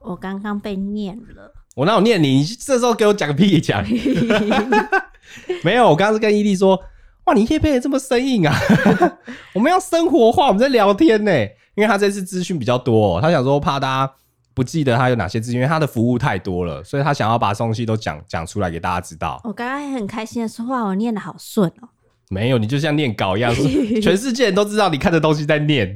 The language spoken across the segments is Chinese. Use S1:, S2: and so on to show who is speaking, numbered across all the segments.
S1: 我刚刚被念了，
S2: 我哪有念你？你这时候给我讲个屁讲！没有，我刚刚是跟伊利说，哇，你叶配的这么生硬啊！ 我们要生活化，我们在聊天呢。因为他这次资讯比较多、他想说怕大家不记得他有哪些资讯，因为他的服务太多了，所以他想要把东西都讲讲出来给大家知道。
S1: 我刚刚还很开心的说话，我念的好顺哦、
S2: 没有，你就像念稿一样，是全世界人都知道你看的东西在念。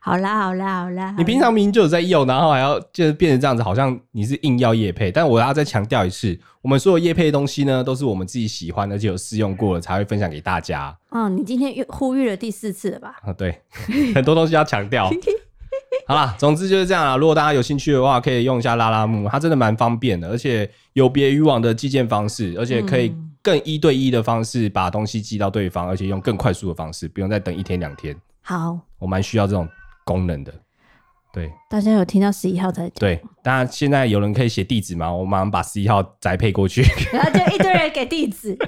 S1: 好啦，好啦，好啦。好啦
S2: 你平常明明就有在用，然后还要就是变成这样子，好像你是硬要叶配。但我要再强调一次，我们所有叶配的东西呢，都是我们自己喜欢而且有试用过的才会分享给大家。
S1: 嗯，你今天又呼吁了第四次了吧？
S2: 啊，对， 很多东西要强调。好啦，总之就是这样啦。如果大家有兴趣的话，可以用一下拉拉木，它真的蛮方便的，而且有别于往的寄件方式，而且可以
S1: 嗯
S2: 更一对一的方式把东西寄到对方，而且用更快速的方式，不用再等一天两天。
S1: 好，
S2: 我蛮需要这种功能的。对
S1: 大家有听到十一号才讲，
S2: 对，当然现在有人可以写地址嘛，我马上把十一号宅配过去。
S1: 然后就一堆人给地址，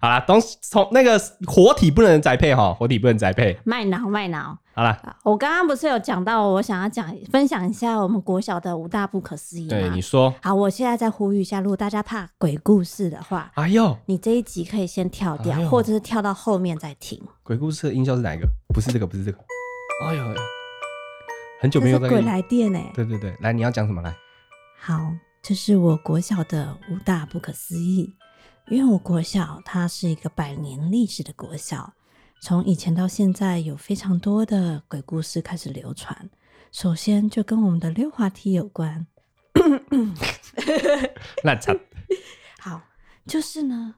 S2: 好啦，东西从那个活体不能宅配哈，活体不能宅配。
S1: 卖脑卖脑。
S2: 好啦，
S1: 啊我刚刚不是有讲到，我想要讲分享一下我们国小的五大不可思议
S2: 对
S1: 吗
S2: 你？说，
S1: 好，我现在再呼吁一下，如果大家怕鬼故事的话，
S2: 哎呦，
S1: 你这一集可以先跳掉，
S2: 哎呦
S1: 或者是跳到后面再听。
S2: 鬼故事的音效是哪一个？不是这个，不是这个。哎呦，哎呦很久
S1: 这
S2: 没
S1: 是
S2: 有在
S1: 鬼来电哎、
S2: 对对对，来，你要讲什么来？
S1: 好，这是我国小的五大不可思议。因为我国小它是一个百年历史的国小，从以前到现在有非常多的鬼故事开始流传。首先就跟我们的溜滑梯有关。
S2: 烂惨，
S1: 好，就是呢，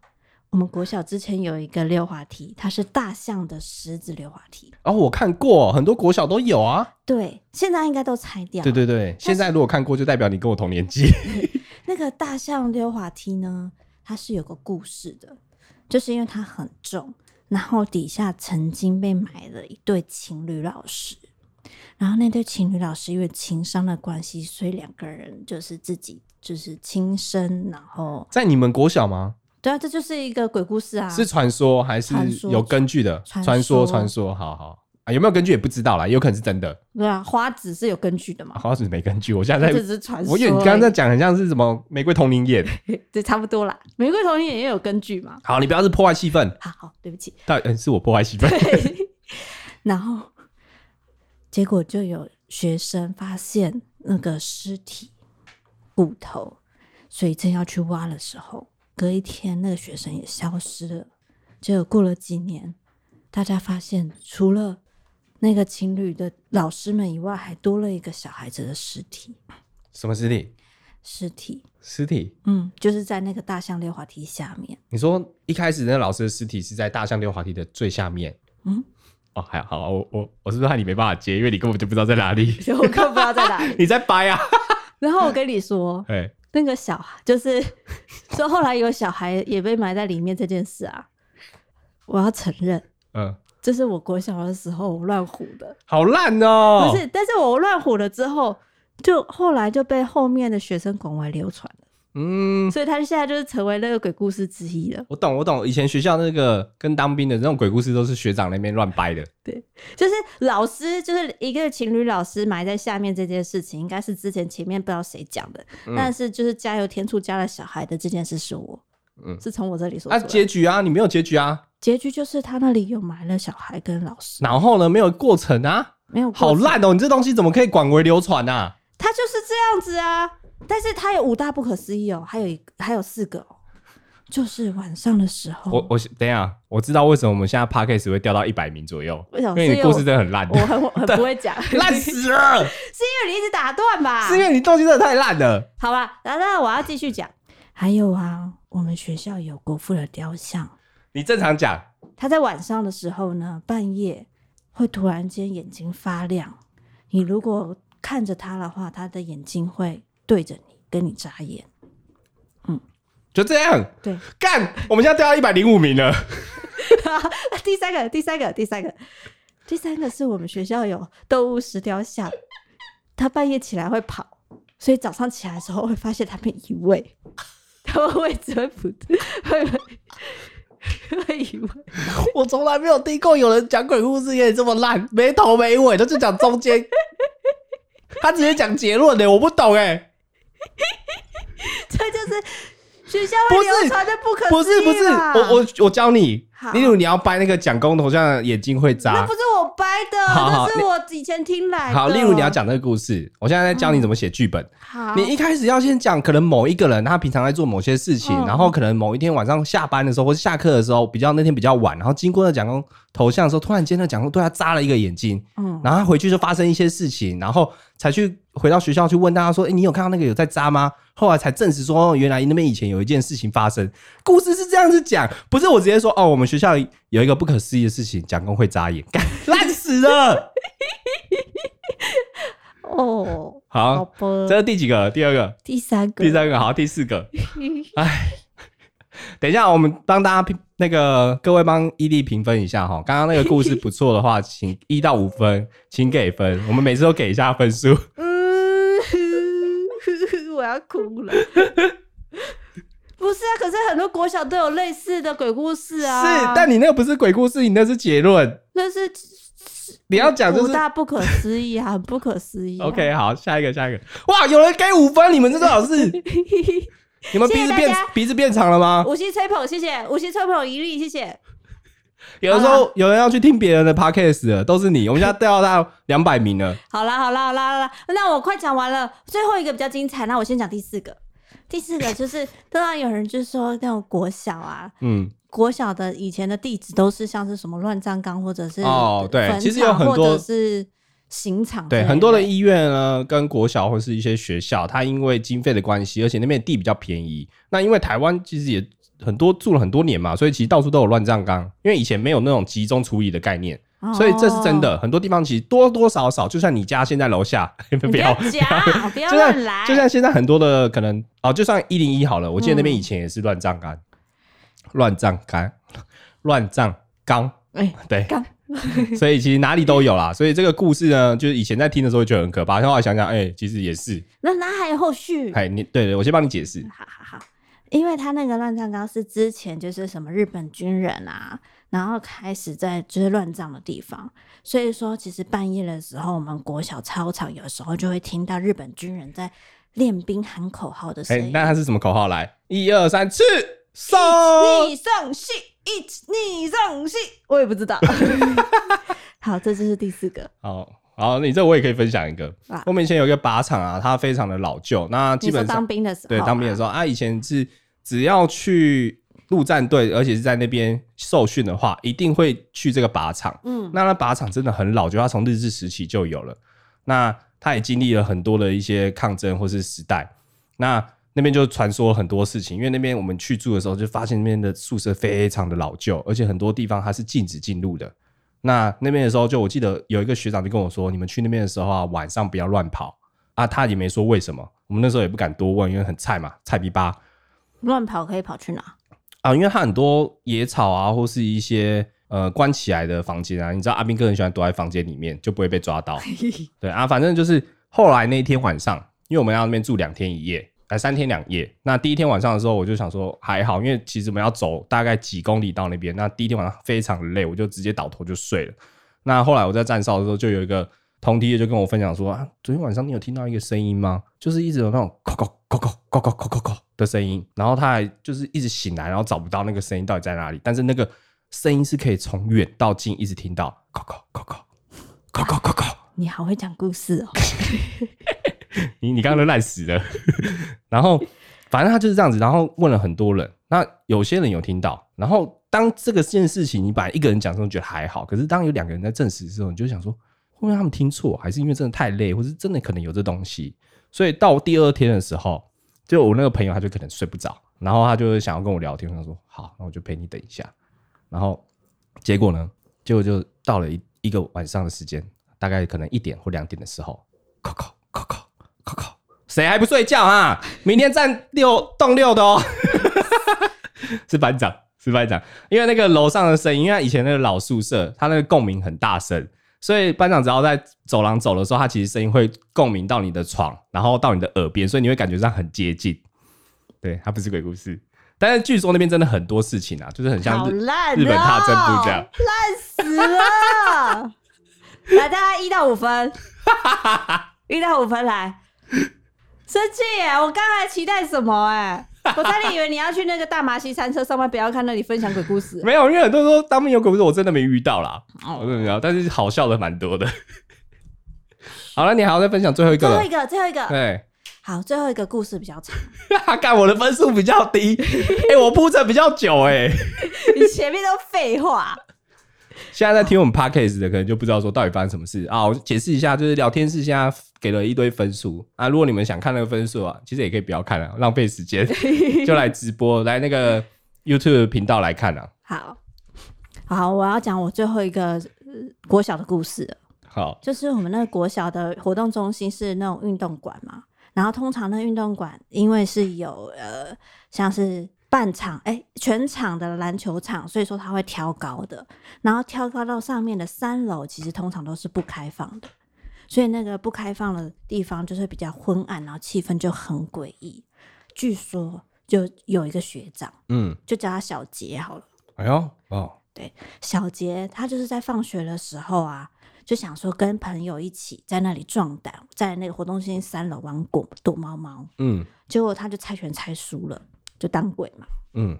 S1: 我们国小之前有一个溜滑梯，它是大象的石子溜滑梯。
S2: 哦，我看过，很多国小都有啊。
S1: 对，现在应该都拆掉。
S2: 对对对，现在如果看过，就代表你跟我同年纪。
S1: 那个大象溜滑梯呢，它是有个故事的，就是因为它很重，然后底下曾经被埋了一对情侣老师，然后那对情侣老师因为情商的关系，所以两个人就是自己就是亲生，然后
S2: 在你们国小吗？
S1: 对啊，这就是一个鬼故事啊，
S2: 是传说还是
S1: 传说
S2: 有根据的？
S1: 传
S2: 传
S1: 说
S2: 说，传说，好好啊，有没有根据也不知道啦，也有可能是真的，
S1: 对啊，花子是有根据的嘛，
S2: 好像是没根据。我现在
S1: 这
S2: 在
S1: 只，是传说
S2: 我
S1: 而已，
S2: 以为你刚刚在讲，很像是什么玫瑰同龄眼。
S1: 对差不多啦，玫瑰童也有根据嘛，
S2: 好，你不要是破坏气氛，
S1: 好好，对不起，
S2: 但、嗯是我破坏气氛。
S1: 然后结果就有学生发现那个尸体骨头，所以正要去挖的时候，隔一天那个学生也消失了。结果过了几年，大家发现除了那个情侣的老师们以外，还多了一个小孩子的尸体。
S2: 什么尸体？
S1: 尸体，
S2: 尸体？
S1: 嗯，就是在那个大象溜滑梯下 面。
S2: 你说一开始那老师的尸体是在大象溜滑梯的最下面？
S1: 嗯，
S2: 哦，还好，我我我是不是害你没办法接？因为你根本就不知道在 哪里，
S1: 我更不知道在哪 里。
S2: 你在掰啊？
S1: 然后我跟你说，
S2: 哎，
S1: 那个小孩，就是 说后来有小孩也被埋在里面这件事啊，我要承认，
S2: 嗯，
S1: 这是我国小的时候我乱唬的，
S2: 好烂哦、
S1: 不是，但是我乱唬了之后，就后来就被后面的学生广为流传了，
S2: 嗯，
S1: 所以他现在就是成为那个鬼故事之一了。
S2: 我懂，我懂。以前学校那个跟当兵的那种鬼故事，都是学长那边乱掰的。
S1: 就是老师，就是一个情侣老师埋在下面这件事情，应该是之前前面不知道谁讲的，
S2: 嗯
S1: 但是就是加油添醋加了小孩的这件事是我，
S2: 嗯
S1: 是从我这里说出
S2: 啊，
S1: 来的。
S2: 结局啊，你没有结局啊，
S1: 结局就是他那里有埋了小孩跟老师，
S2: 然后呢，没有过程啊，
S1: 没有过
S2: 好
S1: 程
S2: 烂哦、你这东西怎么可以广为流传啊？
S1: 他就是这样子啊。但是他有五大不可思议哦，还有一还有四个哦，就是晚上的时候，
S2: 我我等一下，我知道为什么我们现在 podcast 会掉到一百名左右，
S1: 为什
S2: 因
S1: 么
S2: 为你故事真的很烂
S1: 我，很很不会讲，
S2: 烂死了，
S1: 是因为你一直打断吧？
S2: 是因为你东西真的太烂了。
S1: 好吧，然后我要继续讲。还有啊，我们学校有国父的雕像，
S2: 你正常讲，
S1: 他在晚上的时候呢，半夜会突然间眼睛发亮，你如果看着他的话，他的眼睛会对着你，跟你眨眼。
S2: 就这样
S1: 对，
S2: 干，我们现在掉到一百零五名了。
S1: 第三个，第三个，第三个，第三个是我们学校有动物石雕像，它半夜起来会跑，所以早上起来的时候会发现它们移位， 它们位置会不对，会会移位。
S2: 我从来没有听过有人讲鬼故事也这么烂，没头没尾的，就讲中间。他直接讲结论的，我不懂哎，
S1: 这就是学校
S2: 不
S1: 会
S2: 是
S1: 流传的不可
S2: 不
S1: 思
S2: 是
S1: 议
S2: 不是，
S1: 啦
S2: 我我我教你
S1: 好，
S2: 例如你要掰那个蒋公头像，眼睛会
S1: 那
S2: 眨
S1: 不。是我掰的，
S2: 好好
S1: 那是我以前听来的。哦嗯
S2: 好，例如你要讲这个故事，我现在在教你怎么写剧本。
S1: 好，
S2: 你一开始要先讲，可能某一个人他平常在做某些事情，
S1: 嗯
S2: 然后可能某一天晚上下班的时候，或是下课的时候，比较那天比较晚，然后经过那蒋公头像的时候，突然间那蒋公对他眨了一个眼睛，
S1: 嗯
S2: 然后他回去就发生一些事情，然后才去回到学校去问大家说：“哎、你有看到那个有在扎吗？”后来才证实说，哦原来那边以前有一件事情发生。故事是这样子讲，不是我直接说哦，我们学校有一个不可思议的事情，蒋公会扎眼，干烂死了。
S1: 哦，好
S2: 好，
S1: 吧。
S2: 这是第几个？第二个，
S1: 第三个，
S2: 第三个，好，第四 个。哎，等一下，我们帮大家评那个各位帮伊利评分一下哈。刚刚那个故事不错的话，请一到五分， 请给分。我们每次都给一下分数。
S1: 嗯， 我要哭 了。不是啊，可是很多国小都有类似的鬼故事啊。
S2: 是，但你那个不是鬼故事，你那是结论。
S1: 那是
S2: 你要讲就
S1: 五
S2: 是
S1: 大不可思议啊，很不可思议啊、
S2: OK，好，下一个，下一个。哇，有人给五分，你们这种老师， 你们
S1: 谢谢
S2: 鼻子
S1: 大
S2: 变
S1: 家
S2: 鼻子变长了吗？
S1: 五星吹捧，谢谢五星吹捧一律，谢谢。
S2: 有的时候有人要去听别人的 podcast 了，都是你。我们现在掉到两百名了。
S1: 好啦，好啦，好啦，好啦，那我快讲完了，最后一个比较精彩，那我先讲第四个。第四个就是，通常有人就说那种国小啊，
S2: 嗯，
S1: 国小的以前的地址都是像是什么乱葬岗，或者是
S2: 哦对
S1: 坟
S2: 其实
S1: 场
S2: 有很
S1: 或
S2: 多
S1: 者是刑场之类，
S2: 对，很多的医院呢，跟国小或是一些学校，它因为经费的关系，而且那边地比较便宜。那因为台湾其实也很多住了很多年嘛，所以其实到处都有乱葬岗。因为以前没有那种集中处理的概念，
S1: 哦
S2: 所以这是真。的。很多地方其实多多少少，就算你家现在楼下，
S1: 你
S2: 不
S1: 不
S2: 要
S1: 要讲， 不要
S2: 就像
S1: 乱来。
S2: 就像现在很多的可能哦，就算一零一好了，我记得那边以前也是乱葬岗，乱葬岗， 乱葬岗，
S1: 哎，
S2: 对，
S1: 刚
S2: 所以其实哪里都有啦。所以这个故事呢，就是以前在听的时候会觉得很可怕，后来想想，哎、其实也是，
S1: 那那还有后续，
S2: 哎，你对对，我先帮你解释，
S1: 好好好，因为他那个乱葬岗是之前就是什么日本军人啊，然后开始在就是乱葬的地方，所以说其实半夜的时候，我们国小操场有时候就会听到日本军人在练兵喊口号的
S2: 哎、
S1: 声音，
S2: 那它是什么口号来？一二三，刺收。
S1: 逆上戏，一起逆上戏，我也不知道。 好，这就是第四个，
S2: 好，好，你这我也可以分享一个
S1: 哇。
S2: 我们以前有一个靶场啊，它非常的老旧，那基
S1: 你说
S2: 本上
S1: 当兵的时候，
S2: 对，当兵的
S1: 时
S2: 时候啊，以前是只要去陆战队，而且是在那边受训的话，一定会去这个靶场。
S1: 候，嗯，
S2: 那那靶场真的很老旧，它从日治时期就有了。那它也经历了很多的一些抗争或是时代。那那边就传说很多事情，因为那边我们去住的时候就发现那边的宿舍非常的老旧，而且很多地方它是禁止进入的。那那边的时候，就我记得有一个学长就跟我说，你们去那边的时候啊，晚上不要乱跑啊。他也没说为什么，我们那时候也不敢多问，因为很菜嘛，菜逼吧。
S1: 乱跑可以跑去哪？
S2: 啊，因为它很多野草啊，或是一些呃关起来的房间啊，你知道阿兵哥很喜欢躲在房间里面，就不会被 抓到。对啊，反正就是后来那一天晚上，因为我们要那边住两天一夜，呃三天两夜。那第一天晚上的时候，我就想说还好，因为其实我们要走大概几公里到那边。那第一天晚上非常累，我就直接倒头就睡了。那后来我在站哨的时候，就有一个同梯的就跟我分享说啊，昨天晚上你有听到一个声音吗？就是一直有那种咯咯咯咯咯咯咯咯咯的声音，然后他还就是一直醒来，然后找不到那个声音到底在哪里，但是那个声音是可以从远到近一直听到，咯咯咯咯咯咯咯咯。
S1: 你好会讲故事哦，
S2: 你你刚刚都烂死了。 然后反正他就是这样子，然后问了很多人，那有些人有听到，然后当这个件事情你本来一个人讲的时候你觉得还好，可是当有两个人在证实的时候，你就想说，会不会他们听错，还是因为真的太累，或是真的可能有这东西？所以到第二天的时候，就我那个朋友他就可能睡不着，然后他就想要跟我聊天，我想说好，那我就陪你等一下。然后结果呢，结果就到了一一个晚上的时间，大概可能一点或两点的时候，扣扣扣扣扣扣，谁还不睡觉啊？明天站六栋六的哦， 是班长，是班长，因为那个楼上的声音，因为他以前那个老宿舍，他那个共鸣很大声。所以班长只要在走廊走的时候，他其实声音会共鸣到你的床，然后到你的耳边，所以你会感觉上很接近。对，它不是鬼故事，但是据说那边真的很多事情啊，就是很像
S1: 好
S2: 日
S1: 烂、哦，
S2: 日本踏针布这 样。
S1: 烂 死了！来，大家一到五分。一到五分来，生气耶！我刚才期待什么哎？我差点以为你要去那个大麻西餐车上班，不要看那里分享鬼故事。
S2: 没有，因为很多人说当兵有鬼故事，我真的没遇到啦，我
S1: 哦，
S2: 真的没遇到，但是好笑的蛮多的。好了，你还要再分享最后一个
S1: 最后
S2: 了
S1: 一。个，最后一个，
S2: 对，
S1: 好，最后一个故事比较长，
S2: 哈干我的分数比较低，哎、我铺陈比较久、哎，
S1: 你前面都废 话。
S2: 现在在听我们 podcast 的可能就不知道说到底发生什么事啊。我解释一下，就是聊天室现在给了一堆分数啊，如果你们想看那个分数啊，其实也可以不要看了、浪费 时间，就来直播，来那个 YouTube 频道来看啊。
S1: 好，好，我要讲我最后一个、呃国小的故事了。
S2: 好，
S1: 就是我们那个国小的活动中心是那种运动馆嘛，然后通常那运动馆因为是有呃像是半场哎、全场的篮球场，所以说它会挑高的，然后挑高到上面的三楼其实通常都是不开放的，所以那个不开放的地方就是比较昏暗，然后气氛就很诡异。据说就有一个学长，
S2: 嗯，
S1: 就叫他小杰好了。
S2: 哎呦，哦，
S1: 小杰他就是在放学的时候啊，就想说跟朋友一起在那里壮胆，在那个活动中心三楼玩躲躲猫猫，
S2: 嗯
S1: 结果他就猜拳猜输了，就当鬼嘛。
S2: 嗯，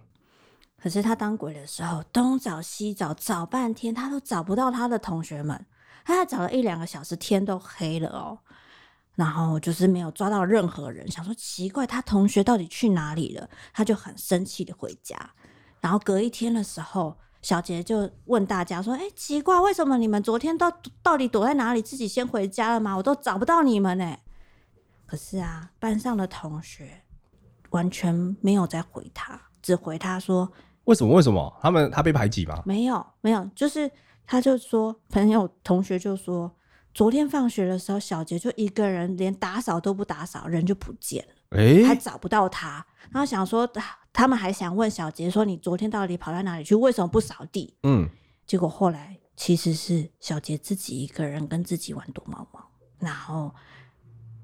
S1: 可是他当鬼的时候，东找西找，找半天他都找不到他的同学们，他找了一两个小时，天都黑了哦，然后就是没有抓到任何人，想说奇怪，他同学到底去哪里了？他就很生气的回家，然后隔一天的时候。小杰就问大家说：“哎、奇怪，为什么你们昨天到到底躲在哪里？自己先回家了吗？我都找不到你们呢、欸可是啊，班上的同学完全没有在回他，只回他说：“
S2: 为什么？为什么？他们他被排挤吗？
S1: 没有，没有，就是他就说朋友同学就说，昨天放学的时候，小杰就一个人连打扫都不打扫，人就不见了，
S2: 哎、
S1: 还找不到他。然后想说，啊他们还想问小杰说，你昨天到底跑到哪里去？为什么不扫地？
S2: 嗯，
S1: 结果后来其实是小杰自己一个人跟自己玩躲猫猫，然后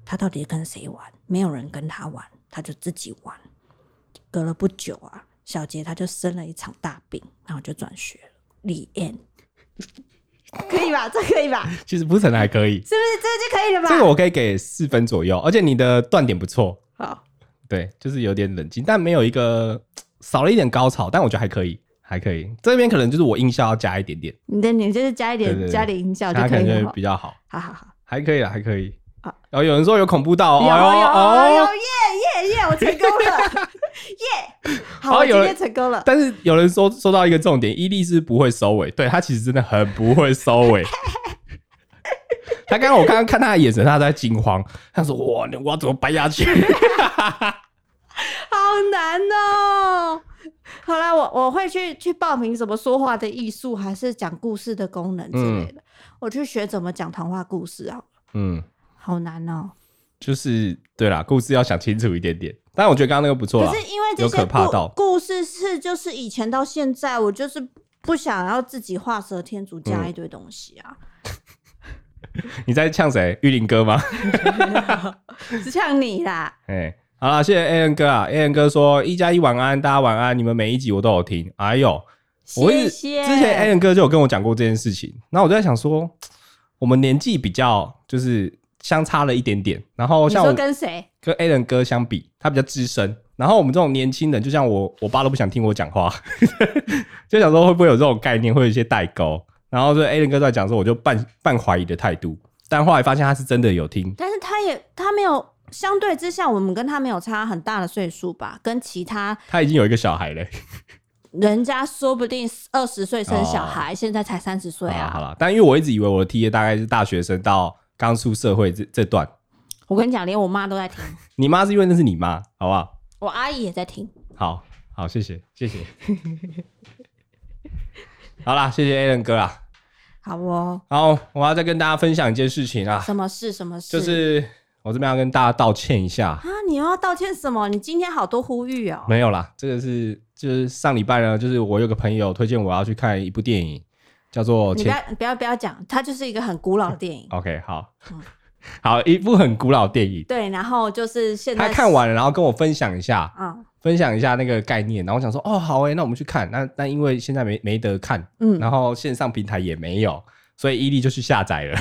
S1: 他到底跟谁玩？没有人跟他玩，他就自己玩。隔了不久啊，小杰他就生了一场大病，然后就转学了。李艳，可以吧？这可以吧？
S2: 其实铺陈的还可以，
S1: 是不是这就可以了吧？
S2: 这个我可以给四分左右，而且你的断点不错，
S1: 好，
S2: 对，就是有点冷静，但没有一个少了一点高潮，但我觉得还可以，还可以。这边可能就是我音效要加一点点，
S1: 你的你就是加一点
S2: 对对对
S1: 加点音效就
S2: 它
S1: 可
S2: 可
S1: 以
S2: 能
S1: 了
S2: 就
S1: 哈
S2: 比。较好，
S1: 好好好，
S2: 还可以啦，还可以。
S1: 好
S2: 然后有人说有恐怖到，
S1: 有有
S2: 哦
S1: 有
S2: 哟
S1: 有耶耶耶，我成功了，耶！好，
S2: 哦
S1: 我今
S2: 有
S1: 天
S2: 人
S1: 成功了。
S2: 但是有人说说到一个重点，伊利是不会收尾，对他其实真的很不会收 尾。他刚刚我刚刚看他的眼神，他在惊慌，他说：“哇，我要怎么掰下去
S1: 好难哦、好啦，我我会去去报名什么说话的艺术，还是讲故事的功能之类的。我去学怎么讲童话故事啊，？”
S2: 嗯，
S1: 好难哦、
S2: 就是对啦，故事要想清楚一点点。但我觉得刚刚那个不错啦
S1: 可，是因为这
S2: 啊有
S1: 些
S2: 可怕到
S1: 故故事是就是以前到现在，我就是不想要自己画蛇添足加一堆东西啊。
S2: 你在呛谁？玉 林哥吗？
S1: 只像你啦，
S2: 哎、好啦，谢谢 A N 哥啊，A N 哥说一加一晚安，大家晚安，你们每一集我都有听。哎呦，我
S1: 谢
S2: 一直
S1: 谢。
S2: 之前哎 A N 哥就有跟我讲过这件事情，那我就在想说，我们年纪比较就是相差了一点点，然后
S1: 你
S2: 像
S1: 说
S2: 我
S1: 跟谁？
S2: 跟 A N 哥相比，他比较资深，然后我们这种年轻人，就像我，我爸都不想听我讲话， 就想说会不会有这种概念，会有一些代沟，然后所以 A N 哥在讲说，我就半半怀疑的态度，但后来发现他是真的有听，
S1: 但是他也他没有相对之下，我们跟他没有差很大的岁数吧，跟其他
S2: 他已经有一个小孩了。
S1: 人家说不定二十岁生小孩，现在才三十岁
S2: 好啦啊好
S1: 啊！
S2: 了，但因为我一直以为我的 T A 大概是大学生到刚出社会这这段，
S1: 我跟你讲，连我妈都 在听，
S2: 你妈是因为那是你妈，好不好？
S1: 我阿姨也在听。
S2: 好好，谢谢谢 谢。好啦，谢谢 a l n 哥啦。
S1: 好哦，
S2: 好，我要再跟大家分享一件事情啊，
S1: 什么事？什么事？
S2: 就是我这边要跟大家道歉一下，
S1: 啊，你又要道歉什么？你今天好多呼吁哦。
S2: 没有啦，这个是就是上礼拜呢，就是我有个朋友推荐我要去看一部电影，叫做《
S1: 你
S2: 前
S1: 不要不要不要讲，它就是一个很古老的 电影。
S2: OK 好
S1: 嗯
S2: 好一部很古老的电影，
S1: 对，然后就是现
S2: 他
S1: 在
S2: 看完了，然后跟我分享一下，
S1: 啊，
S2: 分享一下那个概念，然后我想说，哦，好诶、那我们去看。那但因为现在没没得看，
S1: 嗯，
S2: 然后线上平台也没有，所以伊利就去下载了。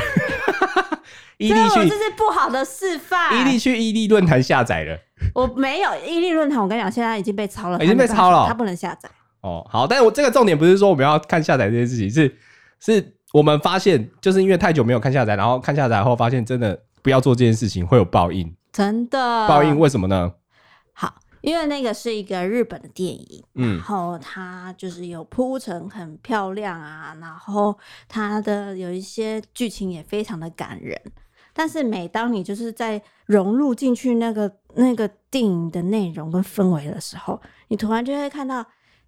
S2: 伊
S1: 这
S2: 利
S1: 啊我这
S2: 去
S1: 是不好的示范。
S2: 伊利去伊利论坛下载了。
S1: 我没有伊利论坛，我跟你讲，现在已经被抄了，
S2: 已经被抄了哦
S1: 它不能下载。
S2: 哦，好，但是我这个重点不是说我们要看下载这件事情，是是我们发现，就是因为太久没有看下载，然后看下载后发现真的不要做这件事情会有报应，
S1: 真的
S2: 报应为什么呢？
S1: 好，因为那个是一个日本的电影，
S2: 嗯
S1: 然后它就是有铺陈很漂亮啊，然后它的有一些剧情也非常的感人。但是每当你就是在融入进去那个那个电影的内容跟氛围的时候，你突然就会看到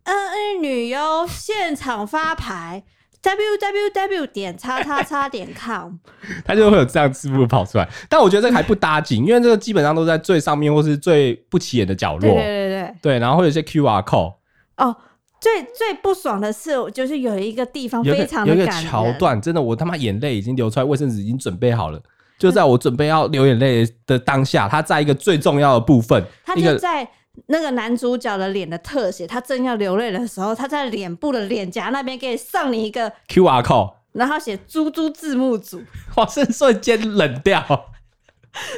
S1: 恩恩女优现场发牌 w w w 点叉叉叉点 com，
S2: 它就会有这样字幕跑出来。但我觉得这个还不搭紧，因为这个基本上都在最上面或是最不起眼的角
S1: 对
S2: 落
S1: 对，对对，
S2: 对，然后会有一些 QR code，
S1: 哦，最最不爽的是，我就是有一个地方
S2: 有一
S1: 非
S2: 个
S1: 常
S2: 有
S1: 的
S2: 一个
S1: 感人
S2: 桥，段，真的我他妈眼泪已经流出来，卫生纸已经准备好了。就在我准备要流眼泪的当下，它在一个最重要的部分，
S1: 他
S2: 一
S1: 就
S2: 个
S1: 在那个男主角的脸的特写，他正要流泪的时候，他在脸部的脸颊那边给上你一个，
S2: QR code，
S1: 然后写“猪猪字幕组
S2: 哇，是瞬间冷掉。”，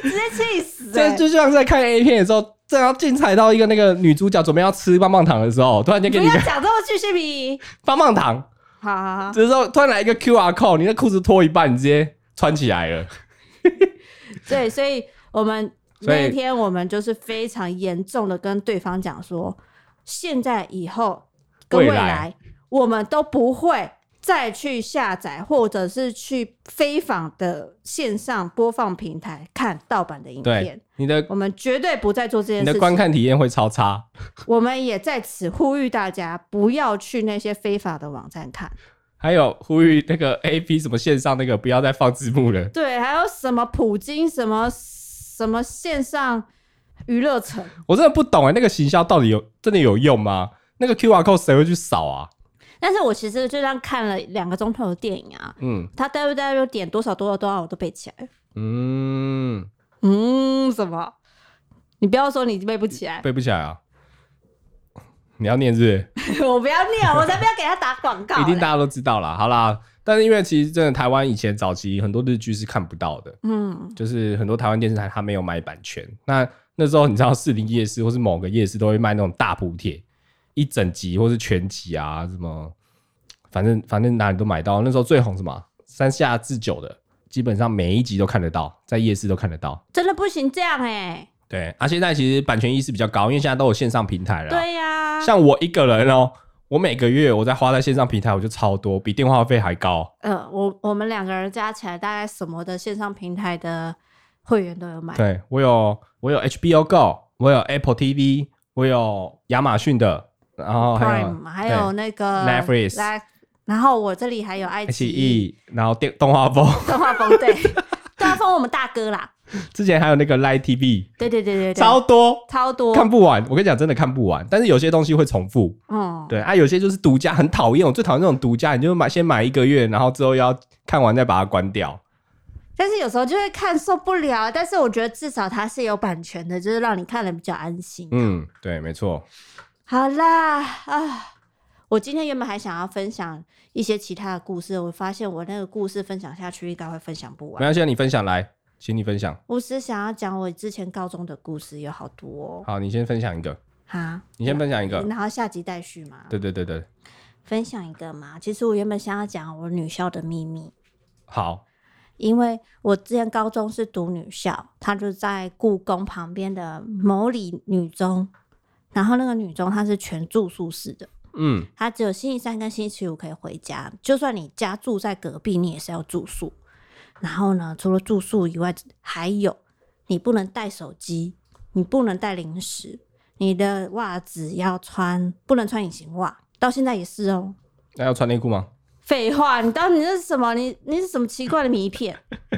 S1: 直接气死、
S2: 这
S1: 欸！
S2: 就像在看 A 片的时候，正要精彩到一个那个女主角准备要吃棒棒糖的时候，突然间
S1: 不
S2: 给你一
S1: 要
S2: 个
S1: 讲这么剧情迷，
S2: 棒棒糖，
S1: 好好好，
S2: 这时候突然来一个 QR code，你的裤子脱一半，你直接穿起来了。
S1: 对，所以我们
S2: 所以
S1: 那天我们就是非常严重的跟对方讲说，现在以后跟未
S2: 未来
S1: 来，我们都不会再去下载或者是去非法的线上播放平台看盗版的影片
S2: 对。，你的
S1: 我们绝对不再做这件
S2: 你
S1: 事
S2: 的
S1: 情。
S2: 观看体验会超差。
S1: 我们也在此呼吁大家，不要去那些非法的网站看。
S2: 还有呼吁那个 A P 什么线上那个不要再放字幕了，
S1: 对，还有什么普京，什么什么线上娱乐城，
S2: 我真的不懂哎、那个行销到底有真的有用吗？那个 QR code 谁会去扫啊？
S1: 但是我其实就这样看了两个钟头的电影啊，
S2: 嗯
S1: 他 W W 点多少多少多少我都背起来了。
S2: 嗯，
S1: 嗯，什么？你不要说你背不起来，
S2: 背不起来啊？你要念是不是？
S1: 我不要念，我才不要给他打广告嘞。
S2: 一定大家都知道啦。好啦，但是因为其实真的台湾以前早期很多日剧是看不到的，
S1: 嗯，
S2: 就是很多台湾电视台它没有买版权。那那时候你知道士林夜市或是某个夜市都会卖那种大补贴，一整集或是全集啊，什么反正反正哪里都买到。那时候最红什么三下智久的，基本上每一集都看得到，在夜市都看得到。
S1: 真的不行这样哎、
S2: 对，啊，现在其实版权意识比较高，因为现在都有线上平台了。
S1: 对啊呀、
S2: 像我一个人哦、我每个月我在花在线上平台我就超多，比电话费还高。
S1: 呃，我我们两个人加起来大概什么的线上平台的会员都有买，
S2: 对我有我有 HBO Go，我有 Apple TV，我有亚马逊的，然后哦还有
S1: Prime，还有那个
S2: Netflix
S1: 来然后我这里还有爱
S2: 对 H
S1: 奇艺、
S2: E，然后电动画风，
S1: 动画风对，动画风我们大哥啦，
S2: 之前还有那个 Live TV，
S1: 对对对对对，
S2: 超多。
S1: 超多，
S2: 看不完，我跟你讲，真的看不完。但是有些东西会重复，
S1: 嗯，
S2: 对啊，有些就是独家，很讨厌。我最讨厌那种独家，你就买先买一个月，然后之后要看完再把它关掉。
S1: 但是有时候就会看受不了，但是我觉得至少它是有版权的，就是让你看了比较安心。
S2: 嗯，对，没错。
S1: 好啦，啊，我今天原本还想要分享一些其他的故事，我发现我那个故事分享下去应该会分享不
S2: 没
S1: 完。
S2: 关系，你分享来，请你分享。
S1: 我是想要讲我之前高中的故事，有好多、哦、
S2: 好，你先分享一个，
S1: 哈。
S2: 你先分享一个。
S1: 然后下集待续嘛，
S2: 对对对对，
S1: 分享一个嘛。其实我原本想要讲我女校的秘密，
S2: 好，
S1: 因为我之前高中是读女校，她就在故宫旁边的某里女中，然后那个女中它是全住宿式的，
S2: 嗯，
S1: 它只有星期三跟星期五可以回家，就算你家住在隔壁，你也是要住宿。然后呢，除了住宿以外，还有你不能带手机，你不能带零食，你的袜子要穿，不能穿隐形袜，到现在也是哦。
S2: 那要穿内裤吗？
S1: 废话，你当你是什么？你你是什么奇怪的迷片？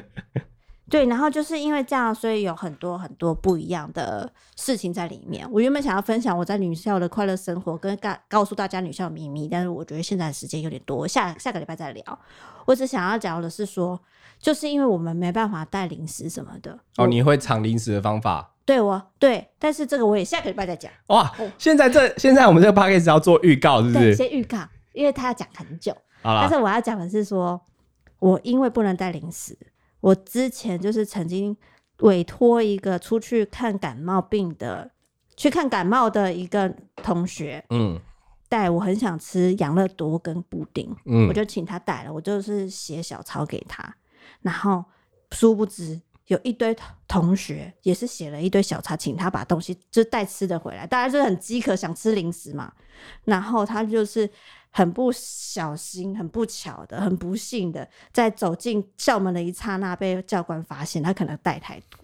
S1: 对，然后就是因为这样，所以有很多很多不一样的事情在里面。我原本想要分享我在女校的快乐生活，跟告告诉大家女校的秘密，但是我觉得现在时间有点多，下下个礼拜再聊。我只想要聊的是说，就是因为我们没办法带零食什么的。
S2: 哦，
S1: 我
S2: 你会藏零食的方法
S1: 对我对，但是这个我也下个礼拜再讲。
S2: 哇
S1: 哦！
S2: 现在这现在我们这个 podcast 要做预告，是不
S1: 对，
S2: 是？
S1: 先预告，因为他要讲很久。
S2: 好
S1: 但
S2: 啦，
S1: 是我要讲的是说，我因为不能带零食，我之前就是曾经委托一个出去看感冒病的，去看感冒的一个同学
S2: 嗯
S1: 带我，很想吃养乐多跟布丁，我
S2: 嗯，
S1: 就请他带了，我就是写小抄给他，然后殊不知。有一堆同学也是写了一堆小抄，请他把东西就是带吃的回来，大家就是很饥渴，想吃零食嘛。然后他就是很不小心、很不巧的、很不幸的，在走进校门的一刹那被教官发现，他可能带太多，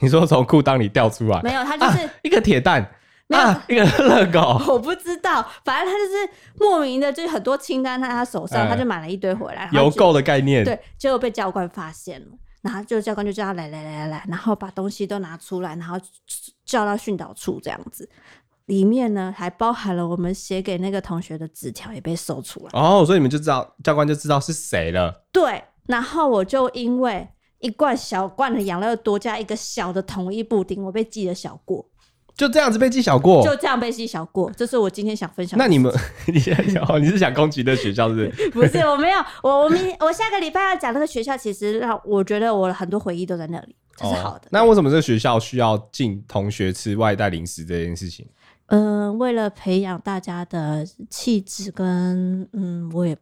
S2: 你说从裤裆里掉出来，
S1: 没有，他就是、
S2: 啊一个铁蛋，
S1: 没有
S2: 啊，一个热 狗，
S1: 我不知道，反正他就是莫名的，就很多清单在他手上，
S2: 哎
S1: 他就买了一堆回来，然后
S2: 邮
S1: 就
S2: 购的概念，
S1: 对，结果被教官发现了，然后就教官就叫他来来来来来，然后把东西都拿出来，然后叫到训导处这样子。里面呢还包含了我们写给那个同学的纸条也被搜出来。
S2: 哦，所以你们就知道教官就知道是谁了，
S1: 对，然后我就因为一罐小罐的养乐多加一个小的统一布丁，我被记了小过，
S2: 就这样子被记小过。
S1: 就这样被记小过。这是我今天想分享的
S2: 哦
S1: 事情。
S2: 那你们， 你现在想哦，你是想攻击的学校是不是？
S1: 不是我没有我我明我下个礼拜要讲那个学校，其实让我觉得我很多回忆都在那里，这是好
S2: 哦
S1: 的。
S2: 那为什么这学校需要禁同学吃外带零食这件事情？
S1: 嗯，为了培养大家的气质跟嗯，我也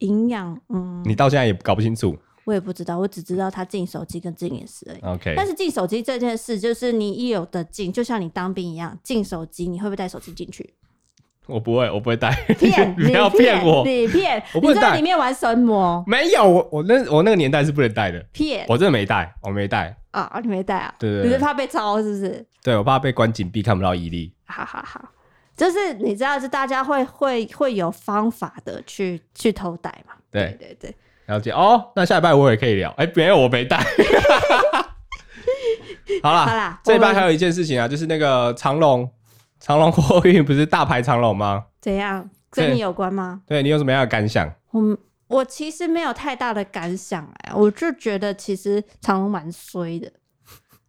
S1: 营养，嗯，
S2: 你到现在也搞不清楚。
S1: 我也不知道，我只知道他禁手机跟禁饮食而已。
S2: OK，
S1: 但是禁手机这件事，就是你一有的禁，就像你当兵一样，禁手机，你会不会带手机进 去？
S2: 我不会，我不会带，
S1: 骗，
S2: 不要
S1: 你
S2: 骗我，
S1: 你骗，你
S2: 我不能
S1: 在
S2: 带
S1: 里面玩神魔，
S2: 没有，我我那我那个年代是不能带的，
S1: 骗
S2: 我真的没带，我没带，
S1: 啊！你没带啊？
S2: 对对对
S1: 你是怕被抄是不是？
S2: 对我怕被关紧闭看不到毅力。
S1: 好好好，就是你知道，就大家会会会有方法的去去偷带嘛？
S2: 对
S1: 对对。
S2: 了解哦，那下礼拜我也可以聊。哎、没有，我没带。 好啦，
S1: 好啦
S2: 这一
S1: 我
S2: 拜
S1: 们
S2: 还有一件事情啊，就是那个长隆，长隆货运不是大排长龙吗？
S1: 怎样？
S2: 对
S1: 跟你有关吗？
S2: 对你有什么样的感想？
S1: 我我其实没有太大的感想哎、我就觉得其实长隆蛮衰的，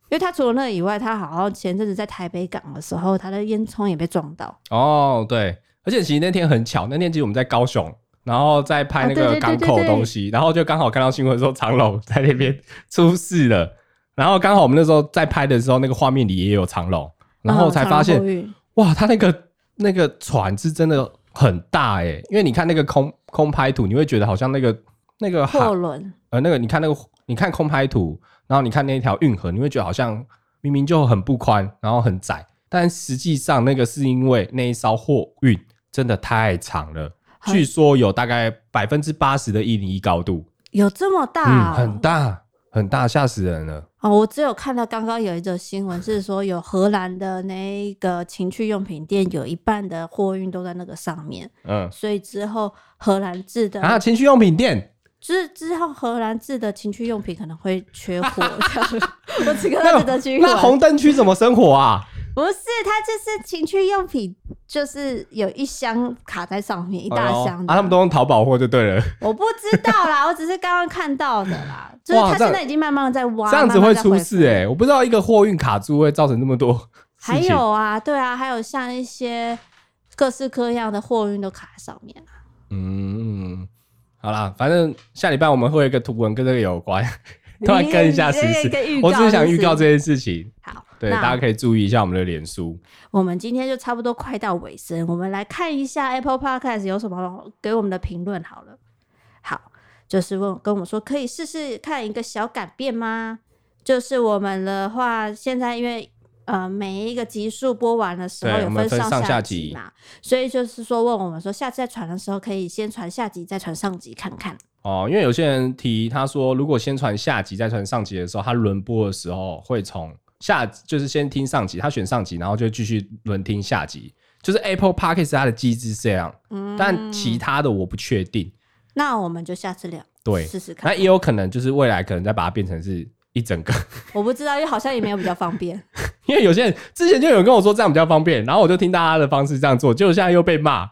S1: 因为他除了那以外，他好像前阵子在台北港的时候，他的烟囱也被撞到。
S2: 哦，对，而且其实那天很巧，那天其实我们在高雄，然后在拍那
S1: 哦对
S2: 个
S1: 对对
S2: 港
S1: 对
S2: 口
S1: 对
S2: 东西，然后就刚好看到新闻说长隆在那边出事了，然后刚好我们那时候在拍的时候，那个画面里也有长隆，然后
S1: 嗯
S2: 才发现、
S1: 长隆货运
S2: 哇，他那个那个船是真的很大哎、因为你看那个空空拍图，你会觉得好像那个那个
S1: 货
S2: 海
S1: 轮
S2: 呃那个你看那个你看空拍图，然后你看那条运河，你会觉得好像明明就很不宽，然后很窄，但实际上那个是因为那一艘货运真的太长了，
S1: 很
S2: 据说有大概百分之八十的一零一高度，
S1: 有这么大、
S2: 嗯，
S1: 哦
S2: 很大很大，吓死人了。
S1: 哦！我只有看到刚刚有一则新闻是说，有荷兰的那个情趣用品店有一半的货运都在那个上面，
S2: 嗯
S1: 所以之后荷兰制的
S2: 啊，情趣用品店
S1: 之之后，荷兰制的情趣用品可能会缺货，这样我只看
S2: 那
S1: 到这个区域。
S2: 那红灯区怎么生活啊？
S1: 不是，它就是情趣用品，就是有一箱卡在上面，一
S2: 一
S1: 大箱的。
S2: 啊，他们都用淘宝货就对了。
S1: 我不知道啦，我只是刚刚看到的啦。就是
S2: 哇
S1: 它
S2: 这样
S1: 现在已经慢慢的在挖，
S2: 这样子会
S1: 慢慢
S2: 出
S1: 地在恢复
S2: 事哎、我不知道一个货运卡住会造成这么多 事
S1: 还
S2: 情。
S1: 有啊，对啊，还有像一些各式各样的货运都卡在上面啊。
S2: 嗯，嗯，好啦，反正下礼拜我们会有一个图文跟这个有关，突然跟一下时
S1: 你
S2: 事
S1: 你这个预。告
S2: 我只是想预告
S1: 是不
S2: 这件事情，
S1: 好，
S2: 对
S1: 那
S2: 大家可以注意一下我们的脸书。
S1: 我们今天就差不多快到尾声，我们来看一下 Apple Podcast 有什么给我们的评论好了。好，就是问跟我们说可以试试看一个小改变吗？就是我们的话，现在因为呃每一个集数播完的时候
S2: 对
S1: 有
S2: 我们分
S1: 上
S2: 上下
S1: 集
S2: 集
S1: 嘛，所以就是说问我们说下次再传的时候可以先传下集再传上集看看。
S2: 哦，因为有些人提他说，如果先传下集再传上集的时候，他轮播的时候会从下就是先听上集，他选上集，然后就继续轮听下集。就是 Apple Podcast 它的机制是这样，
S1: 嗯，
S2: 但其他的我不确定。
S1: 那我们就下次聊，
S2: 对
S1: 试试看
S2: 那。也有可能就是未来可能再把它变成是一整个，
S1: 我不知道，因为好像也没有比较方便。
S2: 因为有些人之前就有人跟我说这样比较方便，然后我就听大家的方式这样做，结果现在又被骂，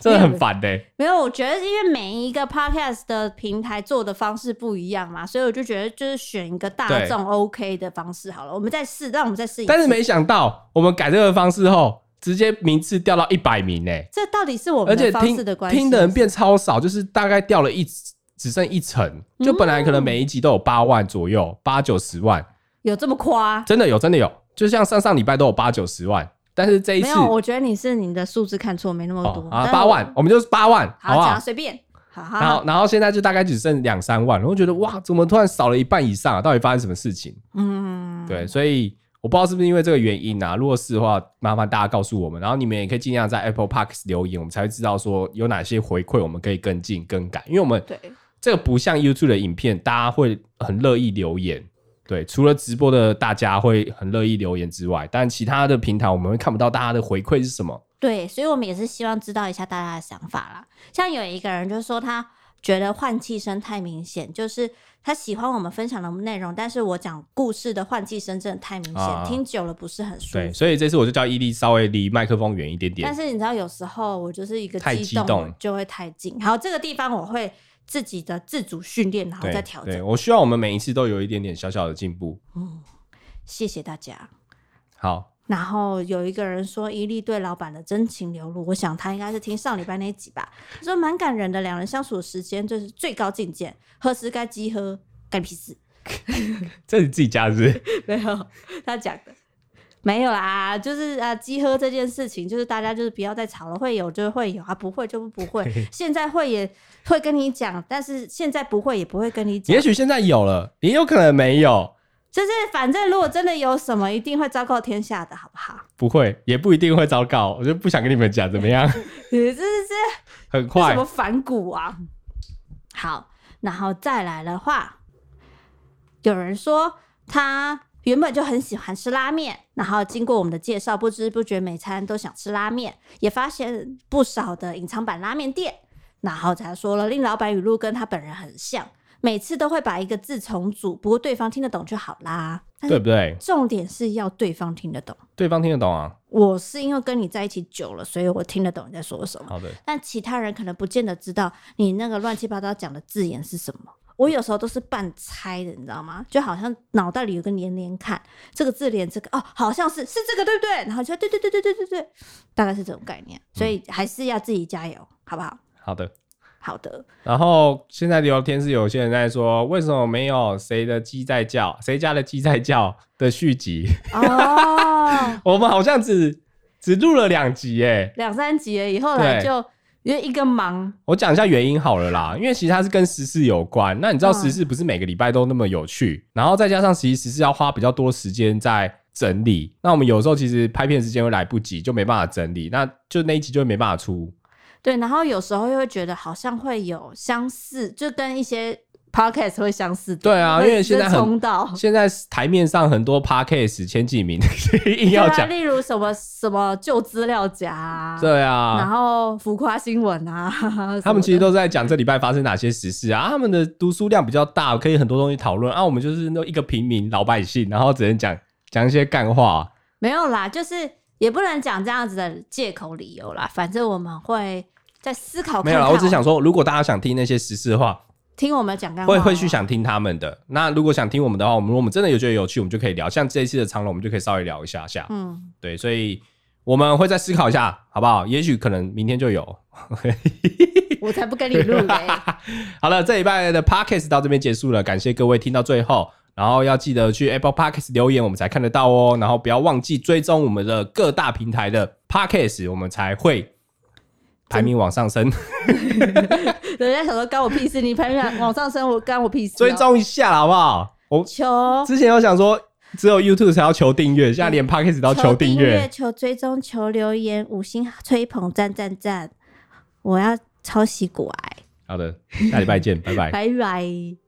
S2: 真的很烦欸 嘞、
S1: 没有，我觉得因为每一个 podcast 的平台做的方式不一样嘛，所以我就觉得就是选一个大众 OK 的方式好了。我们再试，让我们再试一次。
S2: 但是没想到我们改这个方式后，直接名次掉到一百名嘞、欸
S1: 这到底是我
S2: 而
S1: 们
S2: 且
S1: 的方
S2: 听
S1: 式的关系，
S2: 听的人变超少，就是大概掉了一只剩一层，
S1: 嗯
S2: 就本来可能每一集都有八万左右，八九十万，
S1: 有这么夸？
S2: 真的有，真的有，就像上上礼拜都有八九十万，但是这一
S1: 没
S2: 次
S1: 有，我觉得你是你的数字看错，没那么多
S2: 哦、啊八万，，我们就是八万，
S1: 但我
S2: 好不
S1: 好讲
S2: 好？
S1: 随便，好好
S2: 然后
S1: 好，
S2: 然后现在就大概只剩两三万，我就觉得哇，怎么突然少了一半以上、啊？到底发生什么事情？
S1: 嗯，
S2: 对，所以我不知道是不是因为这个原因啊。如果是的话，麻烦大家告诉我们，然后你们也可以尽量在 Apple Parks 留言，我们才会知道说有哪些回馈我们可以跟进更改。因为我们
S1: 对，
S2: 这个不像 YouTube 的影片，大家会很乐意留言。对，除了直播的大家会很乐意留言之外，但其他的平台我们会看不到大家的回馈是什么。
S1: 对，所以我们也是希望知道一下大家的想法啦。像有一个人就说他觉得换气声太明显，就是他喜欢我们分享的内容，但是我讲故事的换气声真的太明显，
S2: 啊
S1: 听久了不是很舒
S2: 对，
S1: 服。
S2: 所以这次我就叫伊利稍微离麦克风远一点
S1: 但
S2: 点。
S1: 是你知道，有时候我就是一个
S2: 太激
S1: 激动，
S2: 动
S1: 我就会太近。好，这个地方我会自己的自主训练，然后
S2: 对
S1: 再调
S2: 对，
S1: 整。
S2: 我希望我们每一次都有一点点小小的进步。
S1: 谢谢大家。
S2: 好，
S1: 然后有一个人说伊利对老板的真情流露，我想他应该是听上礼拜那一集吧。他说蛮感人的，两人相处的时间这是最高境界，何时该集合干屁事？
S2: 这是自己家的是不 是
S1: 没有，他讲的没有啦，就是啊，集合这件事情，就是大家就是不要再吵了，会有就会有啊，不会就不会。现在会也会跟你讲，但是现在不会也不会跟你讲
S2: 也。许现在有了，也有可能没有，
S1: 就是反正如果真的有什么，一定会昭告天下的，好不好？
S2: 不会，也不一定会糟糕。我就不想跟你们讲怎 么样，
S1: 你这是这
S2: 很
S1: 什
S2: 快
S1: 么反骨啊？好，然后再来的话，有人说他原本就很喜欢吃拉面，然后经过我们的介绍，不知不觉每餐都想吃拉面，也发现不少的隐藏版拉面店，然后才说了令老板语录跟他本人很像，每次都会把一个字重组，不过对方听得懂就好啦。但
S2: 对
S1: 是
S2: 不对？
S1: 重点是要对方听得懂。
S2: 对方听得懂啊。
S1: 我是因为跟你在一起久了，所以我听得懂你在说什么。
S2: 好的，
S1: 但其他人可能不见得知道你那个乱七八糟讲的字眼是什么。我有时候都是半猜的，你知道吗？就好像脑袋里有个连连看，这个字连这个哦，好像是是这个对不对？然后就对对对对对对对，大概是这种概念。所以
S2: 嗯
S1: 还是要自己加油，好不好？
S2: 好的。
S1: 好 的，
S2: 然后现在聊天是有些人在说，为什么没有谁的鸡在叫，谁家的鸡在叫的续集？
S1: 哦，
S2: 我们好像只只录了两集耶。
S1: 两三集了以后来
S2: 对
S1: 就因为一个忙，
S2: 我讲一下原因好了啦，因为其实它是跟时事有关。那你知道
S1: 嗯
S2: 时事不是每个礼拜都那么有趣，然后再加上其实时事要花比较多时间在整理。那我们有时候其实拍片时间会来不及，就没办法整理，那就那一集就没办法出。
S1: 对，然后有时候又会觉得好像会有相似，就跟一些 podcast 会相似的。
S2: 对啊
S1: 会
S2: 因为现在很
S1: 冲到
S2: 现在台面上很多 podcast 前几名 硬要
S1: 对啊
S2: 讲，
S1: 例如什么什么旧资料夹、啊，
S2: 对
S1: 然
S2: 啊，
S1: 后浮夸新闻 啊，
S2: 他们其实
S1: 什么的
S2: 都在讲这礼拜发生哪些时事啊，他们的读书量比较大，可以很多东西讨论啊。我们就是那一个平民老百姓，然后只能讲讲一些干话、
S1: 没有啦，就是也不能讲这样子的借口理由啦。反正我们会在思考看看
S2: 没有啦，我只想说，如果大家想听那些时事的话，
S1: 听我们讲干话
S2: 会
S1: 哦
S2: 会去想听他们的。那如果想听我们的话，我们如果我们真的有觉得有趣，我们就可以聊。像这一次的长龙，我们就可以稍微聊一下下。
S1: 嗯，
S2: 对，所以我们会再思考一下，好不好？也许可能明天就有。
S1: 我才不跟你录嘞、
S2: 好了，这礼拜的 podcast 到这边结束了，感谢各位听到最后。然后要记得去 Apple Podcast 留言，我们才看得到哦。然后不要忘记追踪我们的各大平台的 podcast，我们才会排名往上升。
S1: 人家想说干我屁事，你排名往上升，我干我屁事、哦
S2: 追，踪一下啦好不好？我
S1: 求
S2: 之前有想说，只有 YouTube 才要求订阅，现在连 Podcast 都要求订阅。
S1: 求追踪、求留言、五星吹捧、赞赞赞！我要抄袭古癌，
S2: 好的，下礼拜见，拜拜。
S1: 拜拜。